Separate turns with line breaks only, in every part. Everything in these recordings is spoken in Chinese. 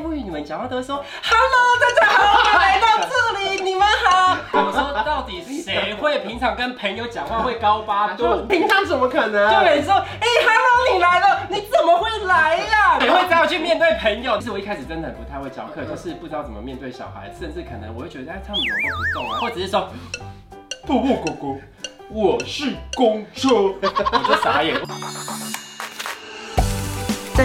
部语，你们讲话都会说 “hello，大家好，我们来到这里，你们好”。我说到底谁会平常跟朋友讲话会高八
就
度？
平常怎么可能？
对，说哎、h e l l o 你来了，你怎么会来呀、 你会这样去面对朋友？嗯其实我一开始真的很不太会教课，就是不知道怎么面对小孩，甚至可能我会觉得哎，他们怎么都不动啊，或者是说
不不狗狗，我是公车。
我就傻眼。在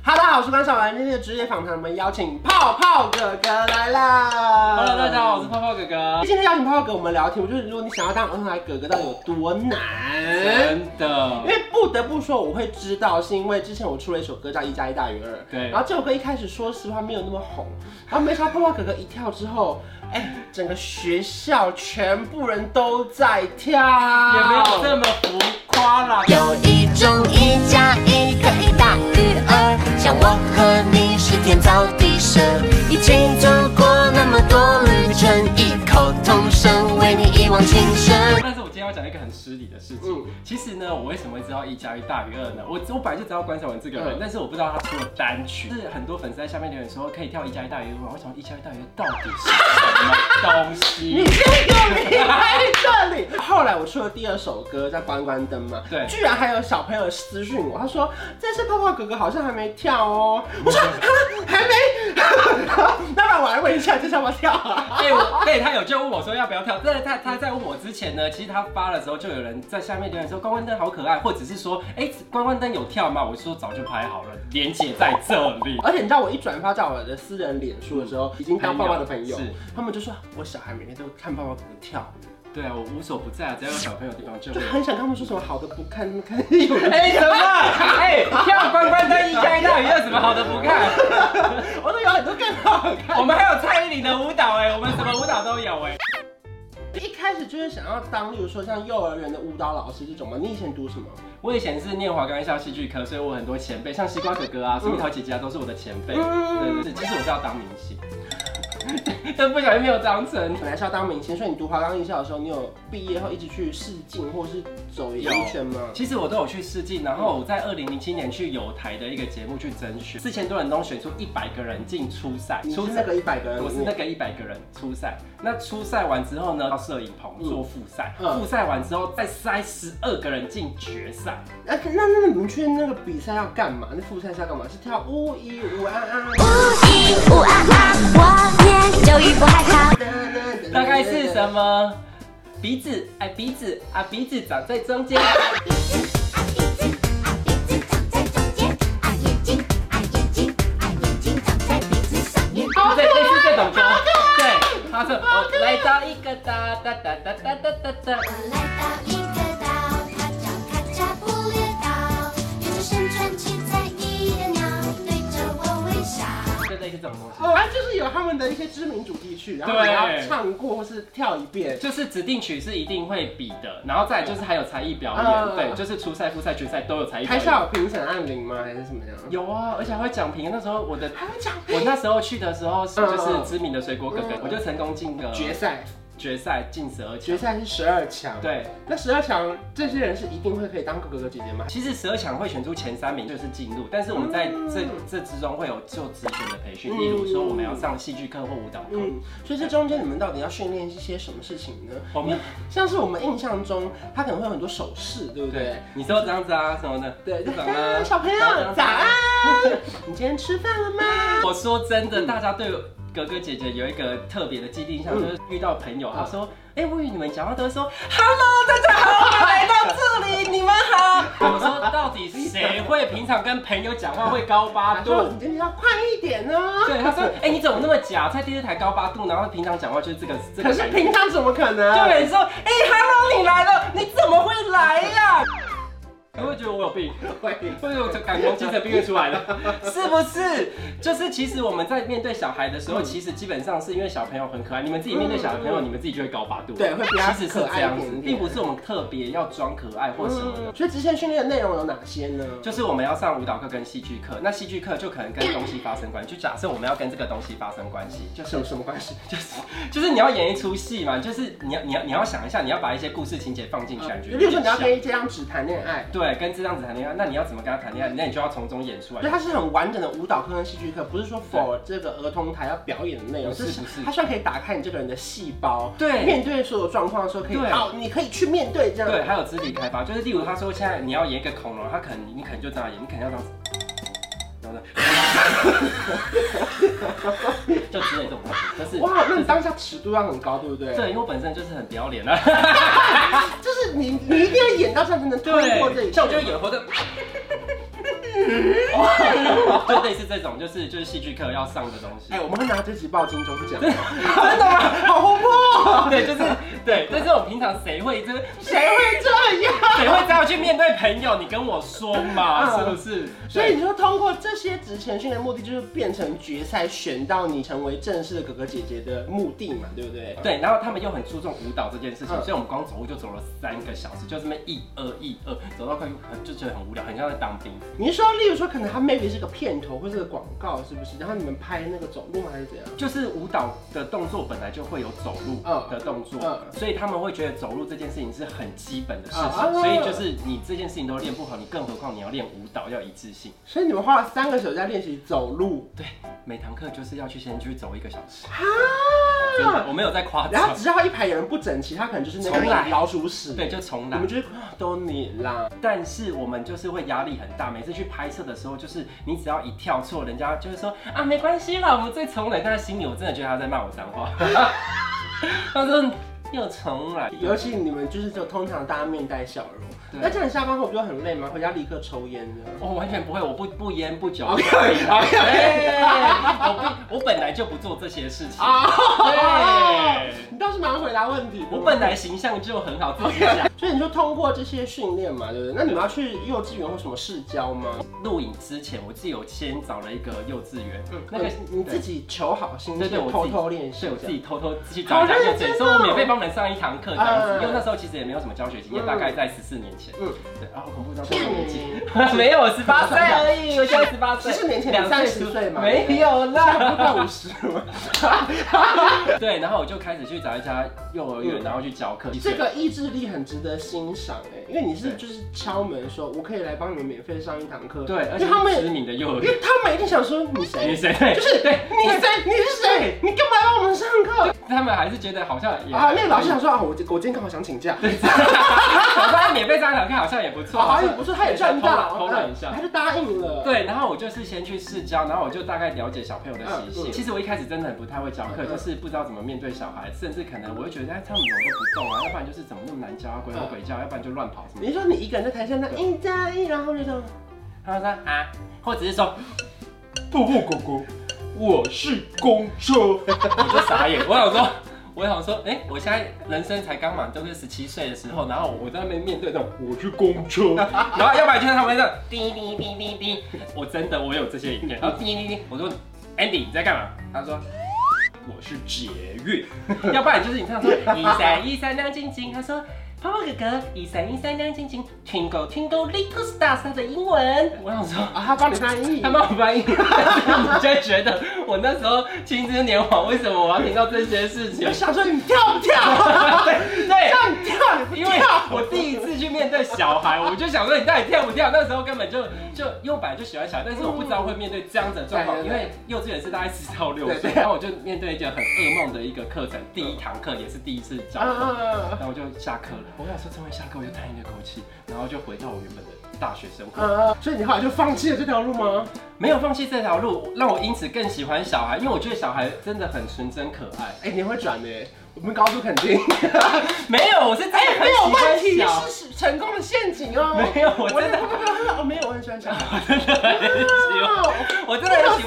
哈喽，大家好，我是关少文。今天的职业访谈，我们邀请泡泡哥哥来啦。
Hello，大家好，我是泡泡哥哥。
今天邀请泡泡哥，我们聊题目就是，如果你想要当儿童台哥哥，到底有多难？
真的哦
因，为不得不说，我会知道，是因为之前我出了一首歌叫《一加一大于二》，
对
然后这首歌一开始说实话没有那么红，然后没想到泡泡哥哥一跳之后，哎，整个学校全部人都在跳，
也没有这么浮夸啦。
有一种一加一可以大于二，像我和你是天造地设，一起走过那么多旅程，异口同声为你一往情深。
但是我今天要讲一个很失礼的事情。
嗯
其实呢，我为什么会知道一加一大于二呢？我我本来就知道关晓雯这个人，
嗯
但是我不知道她出了单曲。就是很多粉丝在下面留言说可以跳一加一大于二，我想一加一大于二到底是什么东
你
西？
这个你在这里。后来我出了第二首歌叫《关关灯》嘛，
对
居然还有小朋友私讯我，他说这次泡泡哥哥好像还没跳哦。我说啊还没，那不然我来问一下，这次要不要跳啊？
哎、我对他有就问我说要不要跳，但是他他在问我之前呢，其实他发的时候就有人在下面留言说关关灯好可爱，或者是说哎、关关灯有跳吗？我说早就拍好了，连姐在这里。
而且你知道我一转发到我的私人脸书的时候，已经当爸爸的朋友
是，
他们就说我小孩每天都看爸爸哥哥跳，
对啊，我无所不在啊，只要有小朋友的地方就
就
会有。
很想跟他们说什么好的不看，他们看有的
哎、 什么？哎、跳关关灯一加一大于二，什么好的不看？
我都有很多更好看。
我们还有蔡依林的舞蹈哎、我们什么舞蹈都有哎、
一开始就是想要当，例如说像幼儿园的舞蹈老师这种嘛。你以前读什么？
我以前是念华冈艺校戏剧科，所以我很多前辈，像西瓜哥哥啊、苏蜜桃姐姐啊，都是我的前辈。对对
嗯
对，其实我是要当明星， 但不小心没有当成。
本来是要当明星，所以你读华冈艺校的时候，你有毕业后一直去试镜或是走演艺圈吗？
其实我都有去试镜，然后我在二零零七年去有台的一个节目去甄选，四千多人中选出一百个人进初赛，
你是
初赛
那个一百个人，
呃我是那个一百个人初赛，那初赛完之后呢，到摄影棚做复赛，
嗯
复赛完之后再筛十二个人进决赛。
那那那你们去那个比赛要干嘛？那复赛是要干嘛？是跳乌一五啊啊，
五一五啊啊，我也有遇过害怕。
大概是什？么？鼻子，哎，鼻子啊，鼻子长在中间。 对，类似这种歌。对，他说我来到一个哒哒哒哒哒哒哒哒。就类似这种东西。
哦，啊，就是有他们的一些知名主题曲，然后你要唱过或是跳一遍。
就是指定曲是一定会比的，然后再来就是还有才艺表
嗯
演，对，就是初赛、复赛、决赛都有才艺表
还是
演。
要有评审按铃吗？还是什么样？
有啊，而且还会讲评。那时候我的
还会讲
我那时候去的时候是就
嗯
是知名的水果哥哥
嗯，
我就成功进个
决赛，
决赛进十二
决
强。
赛是十二强。，
对，
那十二强这些人是一定会可以当哥哥姐姐吗？
其实十二强会选出前三名就是进入，但是我们在这这之中会有就职选的培训，
嗯
例如说我们要上戏剧课或舞蹈课。
嗯，所以这中间你们到底要训练一些什么事情呢？
我们
像是我们印象中，他可能会有很多手势，对不
对
对？，
你说这样子啊什么的，
对，
这
对
种啊，
小朋友
然后这样子
早
啊
安，你今天吃饭了吗？
我说真的，大家对哥哥姐姐有一个特别的既定印象，
嗯
就是遇到朋友，
嗯
他说：“哎、我与你们讲话都会说 ‘hello，大家好，我们来到这里，你们好’。”我说到底谁会平常跟朋友讲话会高八
他说
度
你？今天要快一点哦。
对，他说：“哎、你怎么那么假？在电视台高八度，然后平常讲话就是这个 这
可
个
是
感觉。”
平常怎么可能？
就有人说：“哎、h e l l o 你来了，你怎么会来呀、你会觉得我有有病？
会
会有感光精神病院出来了， 是不是？就是其实我们在面对小孩的时
嗯
候，其实基本上是因为小朋友很可爱，你们自己面对小朋友，你们自己就会高八度，
对会比较
其实是这样
可爱一
子
点，点
并不是我们特别要装可爱或什么的。
嗯，所以极限训练的内容有哪些呢？
就是我们要上舞蹈课跟戏剧课，那戏剧课就可能跟东西发生关系。就假设我们要跟这个东西发生关系，就
什么什么关系？
就是就是你要演一出戏嘛，就是你要你要你要想一下，你要把一些故事情节放进去，感觉有
嗯例如说
点
你要
像
跟一张纸谈恋爱，
对跟这样子谈恋爱，那你要怎么跟他谈恋爱？那你就要从中演出来
所以。它是很完整的舞蹈课跟戏剧课，不是说否这个儿童台要表演的内容，
不是
这
不是
它希望可以打开你这个人的细胞，
对
面对所有状况的时候可以，
对
好，你可以去面对这样，
对，还有肢体开发，就是例如他说现在你要演一个恐龙，他可能你可能就这样演，你可能要这样子，然后呢，就之类这种东西，就是
哇，那你当下尺度要很高，对不对？，
对，因为我本身就是很不要 脸啊，
就是你你一定要演到这样才能突破这
对，
一切
像我就有活 的。哇就类似这种，就是就是戏剧课要上的东西
哎、。我们会拿这集报金钟 奖，谁
真的吗？好活泼、哦 对，就是对，但是我平常谁会就是
会这样？
谁会这样去面对朋友？你跟我说嘛，是不
嗯
是？
所以你说通过这些职前训练目的，就是变成决赛，选到你成为正式的哥哥姐姐的目的嘛，对不对？
对，然后他们又很注重舞蹈这件事情，
嗯
所以我们光走路就走了三个小时，就这么一二一二，走到快很就觉得很无聊，很像在当兵。
你是说，例如说，可能他 maybe 是个片头或是个广告，是不是？然后你们拍那个走路吗还是怎样？
就是舞蹈的动作本来就会有走路
嗯
的动作，
嗯
所以他们会觉得走路这件事情是很基本的事情，
嗯
所以就是你这件事情都练不好，你更何况你要练舞蹈要一致性。
所以你们花了三个小时在练习走路
对，每堂课就是要去先去走一个小时，真的
啊，
我没有在夸
然后
张。
只要一排有人不整齐，他可能就是那
重来
个老鼠屎。
对，，就重
你
来
们。就是啊都你啦。
但是我们就是会压力很大，每次去拍摄的时候，就是你只要一跳错，人家就会说啊没关系啦，我们再重来。但是心里我真的觉得他在骂我脏话， 他说嗯又重来，
尤其你们就是就通常大家面带笑容，
对
那这样你下班后不就很累吗？回家立刻抽烟 的。
我完全不会，我不不烟不酒。
OK OK
哎我不我本来就不做这些 事情。
哦啊
对，
你倒是蛮会回答问题的。
我本来形象就很好，自己讲。
所以你就通过这些训练嘛，对不对？那你们要去幼稚园或什么市郊吗？
录影之前，我自己有先找了一个幼稚园，那个
嗯你自。己求好心
对对，
切，
我
偷
自己
偷练习
对，我自
这样。哦
己偷偷去找一下幼稚园，所以我免费帮人上一堂课这样子，
嗯
因为那时候其实也没有什么教学经验，
嗯
大概在十四年前。
嗯
对啊，好恐怖，到这个年纪，
嗯
没有，十八岁而已，我现在十八岁，
14年前你
两
30岁嘛
没有啦，
不到五十吗？
对，然后我就开始去找一家幼儿园，然后去教课。
嗯这个意志力很值得欣赏哎，因为你是就是敲门说，我可以来帮你们免费上一堂课。
对，而
因
且
为他们，
是知
因
名的幼儿园。
为他们一定想说你谁
你？谁？对，
就是
对，
你谁？你是谁？你干嘛帮我们上课？
他们还是觉得好像也
啊，那个老师想说啊，我我今天刚好想请假，
对， 我发现免费上堂课好像也不错，
啊好像也不是他也赚到，啊
偷懒一下
他。就答应了。
对，然后我就是先去试教，然后我就大概了解小朋友的习性。
嗯嗯
其实我一开始真的很不太会教课，
嗯嗯
就是不知道怎么面对小孩，甚至可能我会觉得哎，他们怎么都不动啊，要不然就是怎么那么难教啊，鬼吼鬼叫，要不然就乱跑什么的。
你说你一个人在台上那一加一，然后就这样，
他们说啊，或者是说
不不狗狗，我是公车。
我就傻眼，我想说，我想说，哎、我现在人生才刚满，就是十七岁的时候，然后我在那边面对那种我是公车，然后要不然就是他们这样滴滴滴滴滴，我真的我有这些影片，然后滴滴滴，我说 Andy 你在干嘛？他说。我是节月，要不然就是你唱说一闪一闪亮晶晶，他说泡泡哥哥一闪一闪亮晶晶，Twinkle Twinkle Little Stars，他的英文，我想说
啊，他帮你翻译
他。帮我翻译，你就会觉得我那时候青之年华，为什么我要听到这些事
你
情
就？想说你跳不跳？
对，
让你跳你不
因为
跳。
我第一次去面对小孩，我就想说你到底跳不跳？那时候根本就就因为我本来就喜欢小孩，但是我不知道会面对这样子的状况，
对
因
对对
为幼稚园是大概四到六
对
岁
对，
然后我就面对一个很噩梦的一个课程，第一堂课也是第一次教
啊啊
课。
啊
然后我就下课了，我想说终于下课，我就叹一个口气，然后就回到我原本的大学生活。
啊！所以你后来就放弃了这条路吗？
没有放弃这条路，让我因此更喜欢小孩，因为我觉得小孩真的很纯真可爱。
哎、你会转的、我们高度肯定。
没有，我是真的
没有问
很
题
喜欢小，
是成功的陷阱哦。
没有我真的
我我我没有，我很喜欢小孩。
真的很喜
啊
欢，我真的很喜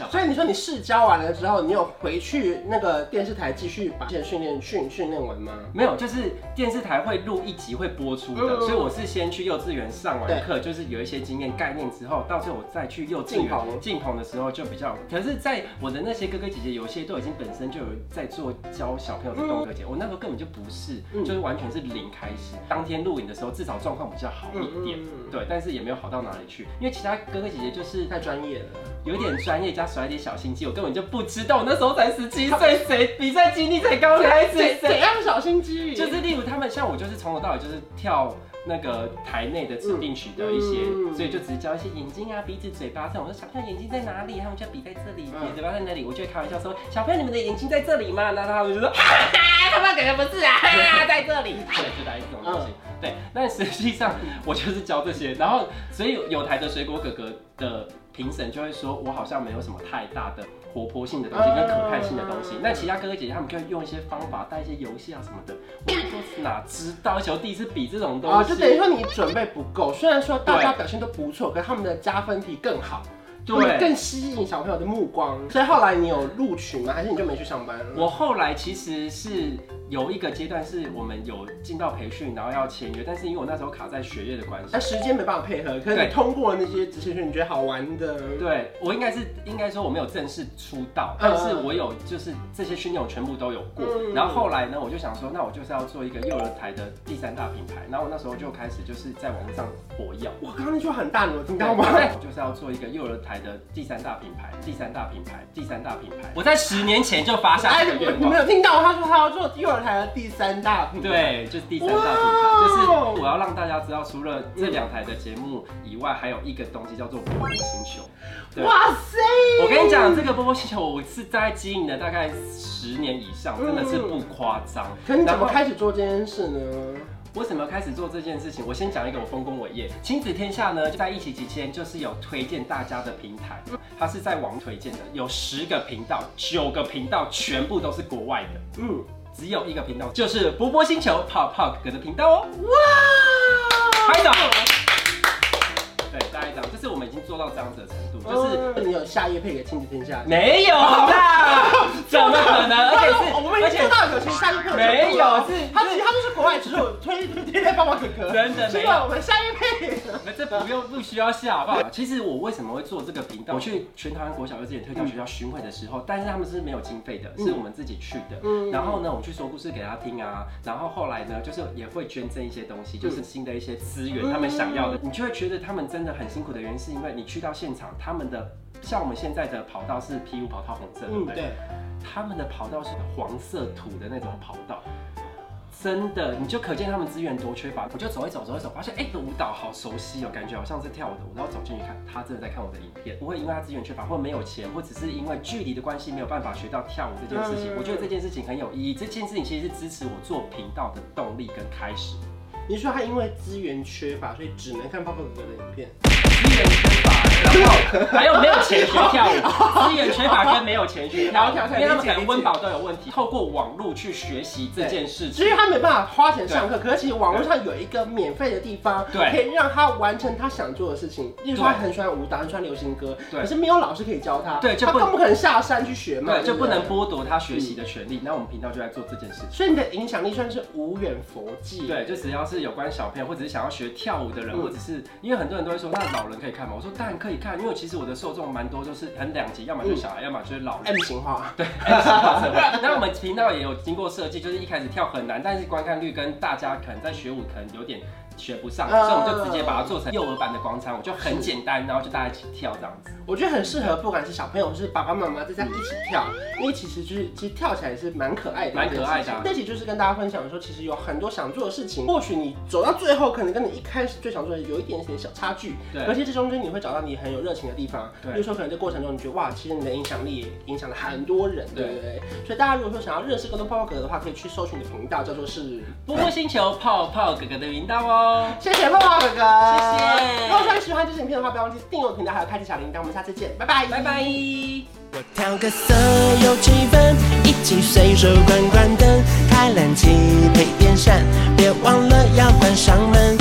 欢。
所以你说你试教完了之后，你有回去那个电视台继续把这训练训训练完吗？
没有，就是电视台会录一集会播出的，
嗯
所以我是先去幼稚园上完课，就是有一些经验概念之后，到最后我再去幼稚
进
园
棚
进棚的时候就比较。可是，在我的那些哥哥姐姐，有些都已经本身就有在做教小朋友的动作节，我那时候根本就不是，
嗯
就是完全是零开始。当天录影的时候，至少状况比较好一点
嗯嗯嗯，
对，但是也没有好到哪里去，因为其他哥哥姐姐就是
太专业了，
有点专业加耍一点小心机，我根本就不知道，我那时候才十七岁，谁比赛经历才刚开始，
怎
谁
怎样小心机？
就是例如他们像我，就是从头到尾就是跳那个台内的指定曲的一些，
嗯嗯
所以就只教一些眼睛啊、鼻子、嘴巴这种。我说小朋友眼睛在哪里？他们就比在这里，
嗯
比嘴巴在哪里？我就会开玩笑说小朋友你们的眼睛在这里吗？然后他们就说哈哈，他们感觉不是啊，哈哈， 在这里。对，就来这种东西。
嗯
对，但实际上我就是教这些，然后所以有台的水果哥哥的评审就会说我好像没有什么太大的。活泼性的东西跟可看性的东
嗯
西，那其他哥哥姐姐他们就会用一些方法，带一些游戏啊什么的，我说哪知道，小弟是比这种东西，
啊，就等于说你准备不够。虽然说大家表现都不错，可是他们的加分题更好，就会
对。
更吸引小朋友的目光。所以后来你有录取吗？还是你就没去上班了？
我后来其实是有一个阶段是我们有进到培训，然后要签约，但是因为我那时候卡在学业的关系
那，时间没办法配合，可是
对
你通过了那些职训，你觉得好玩的，
对我应该是应该说我没有正式出道，
嗯
但是我有就是这些训练我全部都有过。
嗯
然后后来呢，我就想说，那我就是要做一个幼儿台的第三大品牌。然后我那时候就开始就是在网络上火药。
我刚刚那句话很大，你有听
对
到吗？
对就是要做一个幼儿台的第三大品牌，第三大品牌，第三大品牌。我在十年前就发下
哎，
这个愿
你
望
们。有听到他说他要做幼儿台的第三大品牌？，
对，就是第三大品
哇
牌，就是我要让大家知道，除了这两台的节目以外，还有一个东西叫做波波星球。对
哇塞！
我跟你讲，这个波波星球我是在经营了大概十年以上，真的是不夸张。
嗯可你怎
然
么
后
开始做这件事呢？
为什么开始做这件事情？我先讲一个我丰功伟业。亲子天下呢，在疫情期间就是有推荐大家的平台，它是在网推荐的，有十个频道，九个频道全部都是国外的。
嗯，
只有一个频道，就是波波星球泡泡哥哥的频道哦。哇！拍掌。对，大家一掌，就是我们已经做到这样子的程度，就是
就是你有下夜配给亲子天下，
没有 啦，怎么可能？而且是，
我们已经做到有亲下夜配，
没有是
他其实他就是国外只有推 推推在爸爸哥哥，
真的
结
没
果
有
我们下夜配，
我们这不用不需要下，好不好？其实我为什么会做这个频道？我去全台湾国小幼稚园特教学校巡回的时候，但是他们是没有经费的，是我们自己去的。
嗯
然后呢，我们去说故事给他听啊，然后后来呢，就是也会捐赠一些东西，
嗯
就是新的一些资源，他们想要的，你就会觉得他们真的很辛苦的原因，是因为你去到现场，他们的。像我们现在的跑道是 P 五跑道红色，对
嗯，
不对？
对，
他们的跑道是黄色土的那种跑道，真的，你就可见他们资源多缺乏。我就走一走，走一走，发现哎，这舞蹈好熟悉哦，感觉好像是跳舞的舞。然后走进去看，他真的在看我的影片，不会因为他资源缺乏，或没有钱，或只是因为距离的关系没有办法学到跳舞这件事情。
嗯
我觉得这件事情很有意义，这件事情其实是支持我做频道的动力跟开始。
你说他因为资源缺乏，所以只能看爸爸哥哥的影片，
资源缺乏，然后还有没有钱学跳舞，资源缺乏跟没有钱学跳舞，
了解了解
因为他们可能温饱都有问题，透过网络去学习这件事
其
情
实。他没办法花钱上课，可是其实网络上有一个免费的地方，
对
可以让他完成他想做的事情。例如说
对
他很喜欢舞蹈，很喜欢流行歌，
对
可是没有老师可以教他，
对就
他
不
更不可能下山去学嘛，
对，就
不
不
对
能。剥夺他学习的权利。那我们频道就在做这件事情。
所以你的影响力算是无远佛界。
对，就只要是有关小朋友，或者是想要学跳舞的人，
嗯
或者是因为很多人都会说，那老人可以看吗？我说当然可以看，因为其实我的受众蛮多，就是很两极，要么就是小孩，要么就是老人
嗯，M。型化，对，
那我们频道也有经过设计，就是一开始跳很难，但是观看率跟大家可能在学舞可能有点学不上，
嗯
所以我们就直接把它做成幼儿版的广场舞，就很简单，然后就大家一起跳这样子。
我觉得很适合，不管是小朋友或是爸爸妈妈在家一起跳，因为其实就是其实跳起来是蛮可爱的，
蛮可爱的啊
那期就是跟大家分享说，其实有很多想做的事情，或许你走到最后，可能跟你一开始最想做的有一点点小差距，
对
而且这中间你会找到你很有热情的地方。
对
比如说，可能这过程中你觉得哇，其实你的影响力影响了很多人，对不
对
对？所以大家如果说想要认识更多泡泡哥哥的话，可以去搜寻你的频道，叫做是。
波波星球泡泡哥哥的频道哦，
谢谢泡泡哥哥，
谢谢
如果说你喜欢这支影片的话，不要忘记订阅我的频道，还有开启小铃铛。我们下次见，拜拜，
拜拜。
我调个色有气氛，一起随手关关灯，开冷气配电扇，别忘了要关上门。